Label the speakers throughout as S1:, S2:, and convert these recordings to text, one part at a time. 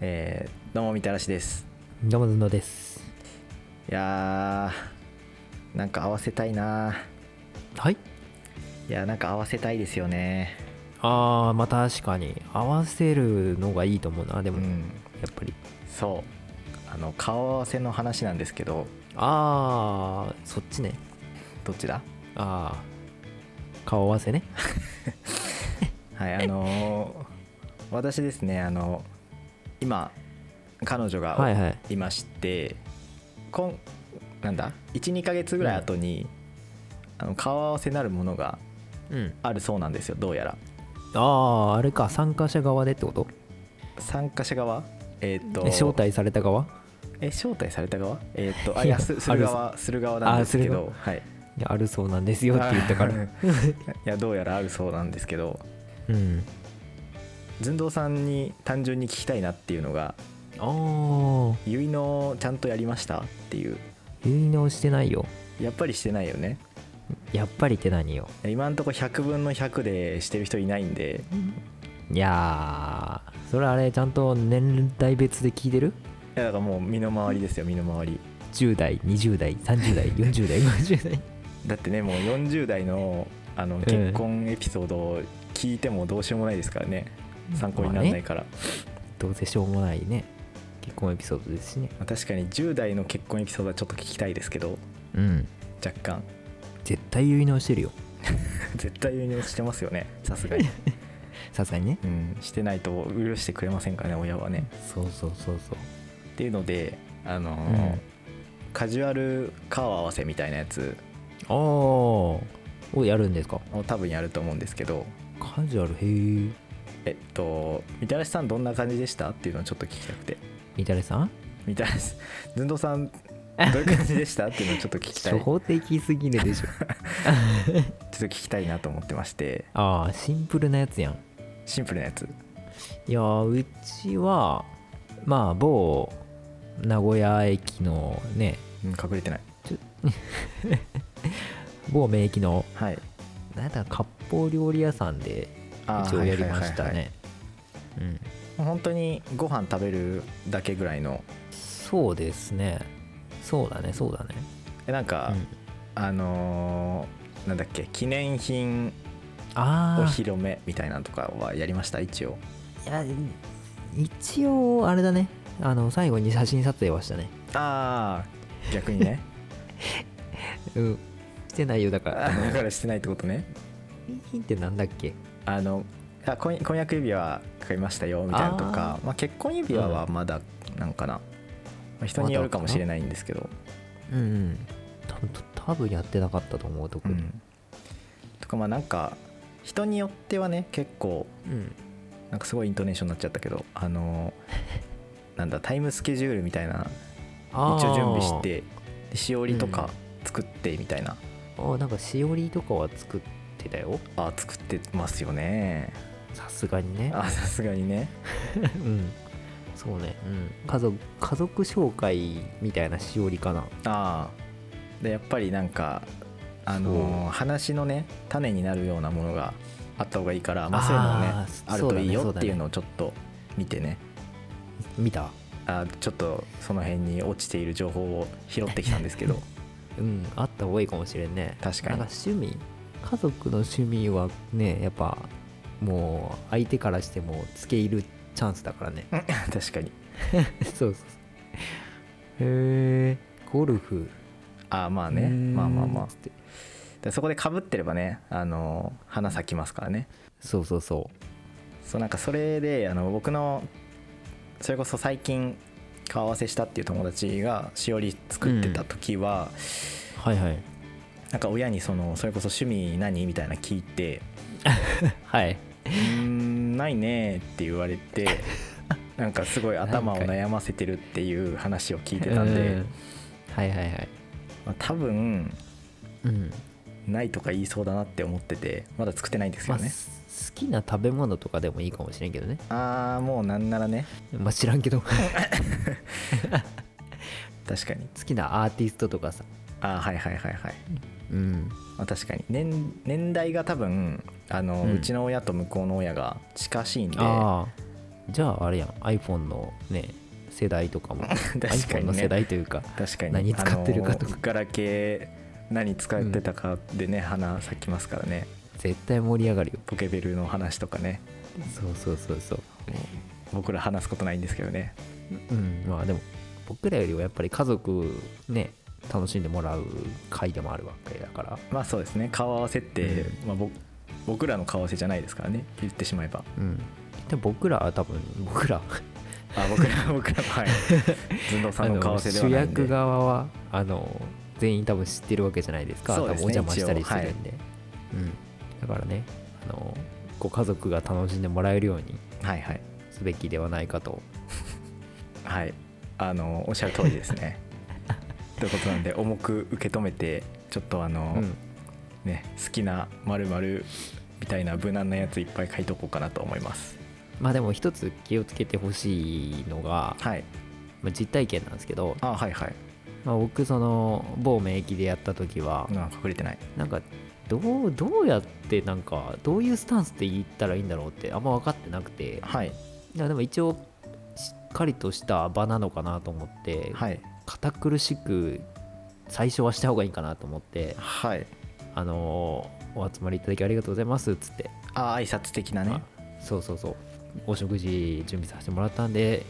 S1: えーどうもみたらしです
S2: どうもずのです
S1: いやーなんか合わせたいな
S2: はい
S1: いやなんか合わせたいですよね
S2: あーまあ確かに合わせるのがいいと思うなで
S1: う
S2: も、や
S1: ん
S2: っぱり
S1: そうあの顔合わせの話なんですけど
S2: ああそっちね
S1: どっちだ
S2: ああ顔合わせね
S1: はいあの ー私ですねあの今彼女
S2: はい
S1: が
S2: はい
S1: いまして、こんなんだ12ヶ月ぐらい後に、あの顔合わせなるものが
S2: うん
S1: あるそうなんですよどうやら
S2: あああれか参加者側でってこと
S1: 参加者側えーっと
S2: え招待された側
S1: え招待された側えーっとあ
S2: い
S1: い
S2: や
S1: やすする側する側なんですけ
S2: あする
S1: どはい
S2: いやある そうなんですよって言ったから
S1: いやどうやらあるそうなんですけど
S2: うん
S1: 寸胴さんに単純に聞きたいなっていうのが
S2: ああ
S1: 「結納ちゃんとやりました?」っていう
S2: 結納してないよ
S1: やっぱりしてないよね
S2: やっぱりって何よ
S1: いや今んとこ100分の100でしてる人いないんで
S2: いやーそれあれちゃんと年代別で聞いてる
S1: いやだからもう身の回りですよ身の回り
S2: 10代20代30代40代50代
S1: だってねもう40代のあの結婚エピソードを聞いてもどうしようもないですからね参考にならないから、
S2: どうせしょうもないね結婚エピソードですしね
S1: まあ確かに10代の結婚エピソードはちょっと聞きたいですけど
S2: うん
S1: 若干
S2: 絶対結納してるよ
S1: 絶対輸入してますよねさすがに、
S2: さすがにね
S1: うん、してないと許してくれませんからね親はね
S2: そうそうそうそう
S1: っていうのであのー
S2: うん
S1: カジュアル顔合わせみたいなやつ
S2: ああをやるんですか
S1: を多分やると思うんですけど
S2: カジュアルへえ
S1: えっとみたらしさんどんな感じでしたっていうのをちょっと聞きたくて
S2: みたれさん
S1: みたらしずんどうさんどういう感じでしたっていうのをちょっと聞きたい ちょ
S2: 初
S1: っ
S2: 歩的すぎるでし
S1: と
S2: ょ
S1: 聞きたいなと思ってまして
S2: ああシンプルなやつやん
S1: シンプルなやつ
S2: いやーうちはまあ某名古屋駅のね
S1: うん隠れてない
S2: 某名駅の
S1: はい
S2: 何やったか割烹料理屋さんで
S1: あー
S2: 一応やりました
S1: はいはいはいはい
S2: ねうん
S1: 本当にご飯食べるだけぐらいの
S2: そうですねそうだねそうだね
S1: えなんか、
S2: うん
S1: あのーなんだっけ記念品お
S2: ああ
S1: 披露目みたいなのとかはやりました一応
S2: いや一応あれだねあの最後に写真撮影はしたね
S1: ああ逆に ね
S2: うんしてないよだか
S1: あ
S2: らあ
S1: ーだ
S2: の
S1: からしてないってことね
S2: ピンってなんだっけ
S1: あのあ婚婚約指輪買いましたよみたいなのとか
S2: あ
S1: まあ、結婚指輪はまだなんかな、まあ人によるかもしれないんですけど、
S2: うんうん多分多分やってなかったと思う特
S1: う
S2: に
S1: ん、とかまあなんか人によってはね結構
S2: うん
S1: なんかすごいイントネーションになっちゃったけどあのなんだタイムスケジュールみたいな
S2: あー
S1: 一応準備してでしおりとか作ってみたいな、
S2: あーなんかしおりとかは作ってたよ
S1: あ作ってますよね
S2: さすがにね
S1: あさすがにね
S2: うんそうね、うん、家族家族紹介みたいなしおりかな
S1: ああでやっぱりなんかあのー話のね種になるようなものがあった方がいいから、まあ、そういうのもね
S2: あ
S1: あ
S2: ー
S1: るといい
S2: そ
S1: よ
S2: うだねそうだ
S1: っ
S2: ね
S1: ていうのをちょっと見てね
S2: 見た
S1: あーちょっとその辺に落ちている情報を拾ってきたんです けど
S2: うんあった方がいいかもしれんね
S1: 確かに
S2: なんか趣味家族の趣味はねやっぱもう相手からしてもつけ入るチャンスだからね
S1: 確かに
S2: そうそうそうへえゴルフ
S1: ああまあね
S2: うーん
S1: まあまあまあ
S2: つって
S1: でそこでかぶってればね、あのー花咲きますからね
S2: そうそうそ
S1: そうなんかそれであの僕のそれこそ最近顔合わせしたっていう友達がしおり作ってた時は、
S2: うはいはい
S1: なんか親にそのそれこそ趣味何みたいな聞いて
S2: はいう
S1: ーんないねって言われてなんかすごい頭を悩ませてるっていう話を聞いてたんで、
S2: うんはいはいはい
S1: まあ、多分
S2: うん
S1: ないとか言いそうだなって思っててまだ作ってないんです
S2: ま
S1: よ
S2: あ、
S1: ね、
S2: す好きな食べ物とかでもいいかもしれんけどね
S1: あーもうなんならね
S2: まあ知らんけど 好
S1: 確かに
S2: きなアーティストとかさ
S1: あーはいはいはいはい、
S2: うん
S1: まあ、確かに年年代が多分あの、う
S2: うん
S1: ちの親と向こうの親が近しいんで
S2: ああじゃああれやん iPhone のね世代と かも
S1: かにね
S2: iPhone の世代というか
S1: 確かに
S2: 何使ってるかとか
S1: あのガラケー何使ってたかでね、花咲きますからね
S2: 絶対盛り上がるよ
S1: ポケベルの話とかね
S2: そうそうそうそう
S1: 僕ら話すことないんですけどね
S2: うんまあでも僕らよりはやっぱり家族ね楽しんでもらう回でもあるわけだから
S1: まあそうですね顔合わせって、まあ、ぼ僕らの顔合わせじゃないですからね言ってしまえば
S2: うんでも僕らは多分僕ら
S1: あ僕ら僕らの はいずんどうさんの顔合わせでは
S2: 主
S1: ないんで
S2: 役側はあの全員多分知ってるわけじゃないですか
S1: そうですね
S2: 多分お邪魔したりするんで、うん、だからねあのご家族が楽しんでもらえるように
S1: はいはい
S2: すべきではないかと
S1: はいあのおっしゃる通りです ねということなんで重く受け止めてちょっとあの、
S2: うん
S1: ね好きなまるまるみたいな無難なやついっぱい書いとこうかなと思います
S2: まあでも一つ気をつけてほしいのが、
S1: はい
S2: まあ、実体験なんですけど、
S1: あはいはい
S2: まあ、僕その某免疫でやった時は
S1: なんか隠れてない
S2: なんかどうどうやってなんかどういうスタンスで言ったらいいんだろうってあんま分かってなくて
S1: はい
S2: いやでも一応しっかりとした場なのかなと思って、
S1: はい
S2: 堅苦しく最初はした方がいいかなと思って
S1: はい
S2: 「あのーお集まりいただきありがとうございます」っつって、
S1: あ挨拶的なね
S2: あそうそうそうお食事準備させてもらったんで、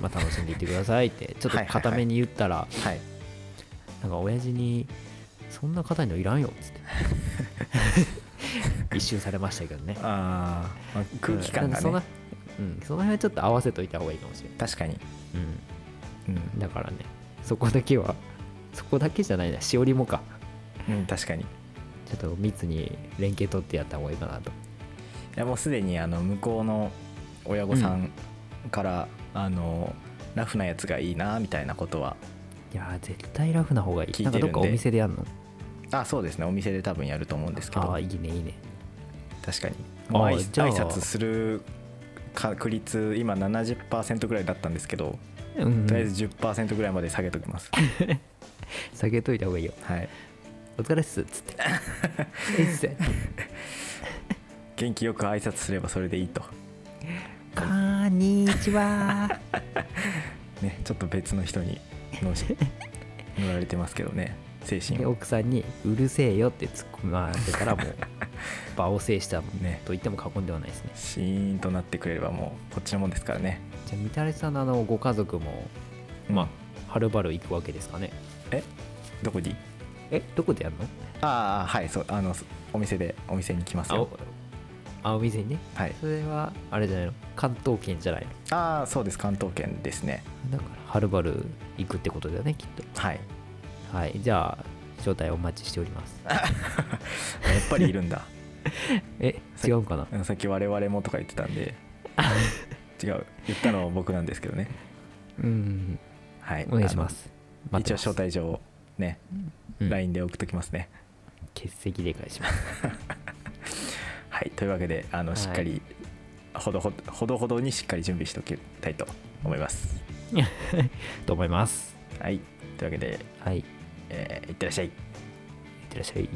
S2: まあ、楽しんでいってくださ いってちょっ
S1: はいはいは
S2: と
S1: い
S2: 固めに言った
S1: は
S2: ら、
S1: い
S2: なんか親父に「そんな硬いのいらんよ」っつって 一瞬されましたけどね
S1: あー、まあ空気感が
S2: うんなん
S1: ね
S2: でそのうん、その辺はちょっと合わせといた方がいいかもしれない、
S1: 確かに、
S2: うん
S1: うん
S2: だからねそこだけはそこだけじゃないなしおりもか
S1: うん、確かにい
S2: ちょっと密に連携取ってやった方がいいかなと
S1: やもうすでにあの向こうの親御さんから、あのラフなやつがいいなみたいなことはい
S2: やー絶対ラフな方がい
S1: 聞
S2: い
S1: い
S2: な
S1: て
S2: ん
S1: る
S2: か
S1: んで
S2: どっかお店でやるの
S1: あそうですねお店で多分やると思うんですけ
S2: あ
S1: ど
S2: あーいいねいいね
S1: 確かに
S2: あー
S1: もう挨
S2: じゃあ
S1: 挨拶する確率今70%ぐらいだったんですけど
S2: うん、
S1: とりあえず10%ぐらいまで下げとき ます、
S2: 下げといた方がいいよ
S1: はい
S2: お疲れっすっつってえっつって
S1: 元気よく挨拶すればそれでいいと
S2: こんにちは
S1: ねちょっと別の人に乗し乗られてますけどね精神
S2: で
S1: を
S2: 奥さんにうるせえよって突っ込まれてからもう場を制したと
S1: ね
S2: 言っても過言ではないですね
S1: シーンとなってくれればもうこっちのもんですからね
S2: じゃあみたれさんのあのご家族も
S1: まあ
S2: はるばる行くわけですかね
S1: えどこに
S2: えどこでやるの
S1: ああはいそうあのお店でお店に来ます
S2: あ
S1: よ
S2: おあお店にね
S1: はい
S2: それはあれじゃないの関東圏じゃない
S1: ああそうです関東圏ですね
S2: のだからはるばる行くってことだよねきっ
S1: はい
S2: とはいじゃあ招待お待ちしております
S1: やっぱりいるんだ
S2: え違うかな
S1: うんさっき我々もとか言ってたんで違う言ったのは僕なんですけどね
S2: うん
S1: はい
S2: お願いします
S1: あの
S2: 待
S1: 一
S2: って
S1: 応
S2: ます
S1: 招待状をね、
S2: うん
S1: LINE で送っときますね
S2: 欠席で返します
S1: はいというわけであの
S2: はい
S1: しっかりほどほどほどほどにしっかり準備しておきたいと思います
S2: と思います
S1: はいというわけで、
S2: はいいっ
S1: えーいってらっしゃい
S2: てらっしゃい